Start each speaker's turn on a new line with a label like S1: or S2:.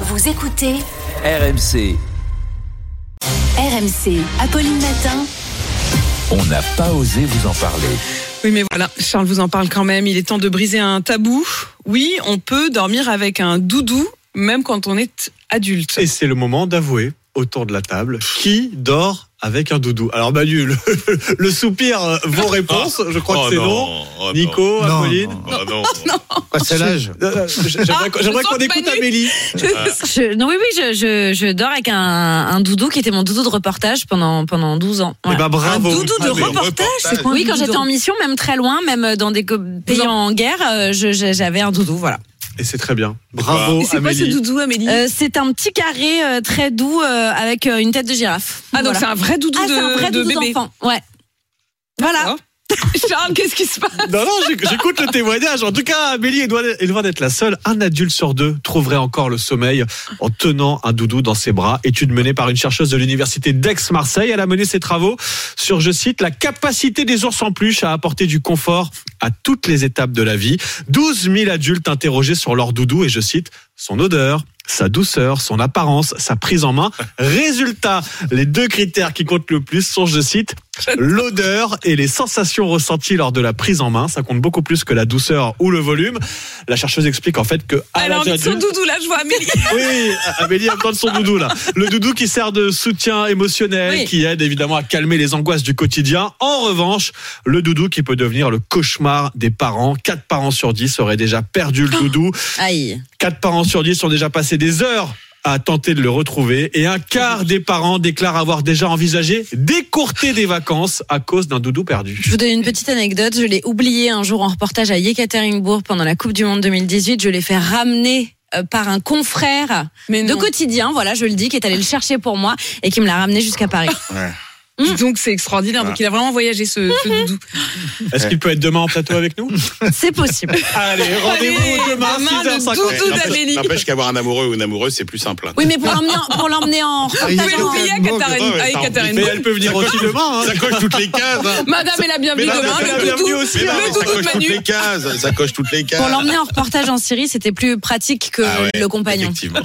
S1: Vous écoutez
S2: RMC,
S1: RMC. Apolline Matin.
S2: on n'a pas osé vous en parler.
S3: Oui, mais voilà, Charles vous en parle quand même. Il est temps de briser un tabou. Oui, on peut dormir avec un doudou, même quand on est adulte.
S4: Et c'est le moment d'avouer autour de la table qui dort avec un doudou. Alors Manu, le, le soupir euh, vos réponses, je crois que c'est non.
S5: oh
S4: Nico, Apolline.
S5: non. Oh non.
S4: Ah,
S5: Ah,
S4: c'est l'âge. Euh, J'aimerais qu'on-
S3: Ah, je
S4: j'aimerais
S3: sens
S4: qu'on
S3: que
S4: écoute
S3: Manu-
S4: Amélie.
S6: Je- non, oui, oui, je, je, je dors avec un, un doudou qui était mon doudou de reportage pendant, pendant 12 ans.
S4: Eh ben,
S6: Voilà.
S4: bravo.
S3: doudou de
S5: Ah, mais
S3: reportage, c'est quoi un
S6: oui, quand
S3: doudou
S6: j'étais en mission, même très loin, même dans des co- pays en guerre, euh, je- je- j'avais un doudou, voilà.
S4: Et c'est très bien. Bravo
S3: C'est quoi ce
S4: Amélie.
S3: doudou, Amélie
S6: Euh, c'est un petit carré euh, très doux euh, avec euh, une tête de girafe.
S3: Ah, donc
S6: Voilà.
S3: c'est un vrai doudou
S6: Ah,
S3: de,
S6: c'est un vrai
S3: de
S6: doudou
S3: bébé.
S6: d'enfant, ouais. Voilà.
S3: Charles, qu'est-ce qui se passe
S4: Non, non, j'éc- j'écoute le témoignage. En tout cas, Amélie est loin d'être- est loin d'être la seule. Un adulte sur deux trouverait encore le sommeil en tenant un doudou dans ses bras. Étude menée par une chercheuse de l'université d'Aix-Marseille. Elle a mené ses travaux sur, je cite, la capacité des ours en peluche à apporter du confort à toutes les étapes de la vie. 12 000 adultes interrogés sur leur doudou et, je cite, son odeur. Sa douceur, son apparence, sa prise en main. Résultat, les deux critères qui comptent le plus sont, je cite, l'odeur et les sensations ressenties lors de la prise en main. Ça compte beaucoup plus que la douceur ou le volume. La chercheuse explique en fait que à
S5: Ah,
S3: Elle a
S4: l'âge
S3: envie de son
S4: adulte-
S3: doudou, là, je vois Amélie.
S4: oui, euh, Amélie a besoin de son doudou là. Le doudou qui sert de soutien émotionnel,
S6: Oui.
S4: qui aide évidemment à calmer les angoisses du quotidien. En revanche, le doudou qui peut devenir le cauchemar des parents. Quatre parents sur dix auraient déjà perdu
S3: Oh.
S4: le doudou.
S6: Aïe.
S4: Quatre parents sur dix ont déjà passé des heures à tenter de le retrouver et un quart des parents déclarent avoir déjà envisagé d'écourter des vacances à cause d'un doudou perdu.
S6: Je vous donne une petite anecdote. Je l'ai oublié un jour en reportage à Yekaterinbourg pendant la Coupe du Monde 2018. Je l'ai fait ramener euh, par un confrère
S3: Mais
S6: de
S3: non.
S6: quotidien, voilà, je le dis, qui est allé le chercher pour moi et qui me l'a ramené jusqu'à Paris.
S3: Donc c'est extraordinaire.
S5: Ah.
S3: Donc il a vraiment voyagé ce, ce
S6: Mm-hmm.
S3: doudou.
S4: Est-ce qu'il peut être demain en plateau avec nous
S6: C'est possible.
S4: Allez, rendez-vous
S3: Allez,
S4: demain,
S3: demain, le
S4: 6h50.
S3: doudou
S5: Ouais, n'empêche-
S3: d'Amélie.
S5: N'empêche qu'avoir un amoureux ou une amoureuse, c'est plus simple.
S6: Oui, mais pour l'emmener en, pour l'emmener en
S3: Vous
S6: reportage.
S3: pouvez l'oublier à
S5: Ouais,
S3: Catherine.
S5: ouais,
S3: avec
S5: pardon.
S3: Catherine.
S4: Mais elle peut venir aussi demain. hein.
S5: Ça coche toutes les cases. hein.
S3: Madame est la bienvenue
S5: Mais non,
S3: demain.
S5: mais
S3: Le
S5: la bienvenue
S3: doudou,
S5: Mais non, hein, mais
S3: le
S5: ça
S3: doudou de
S5: coche toutes
S3: Manu.
S5: les cases. Ça coche toutes les
S6: Pour
S5: cases.
S6: l'emmener en reportage en Syrie, c'était plus pratique que
S5: Ah ouais,
S6: le compagnon.
S5: Effectivement.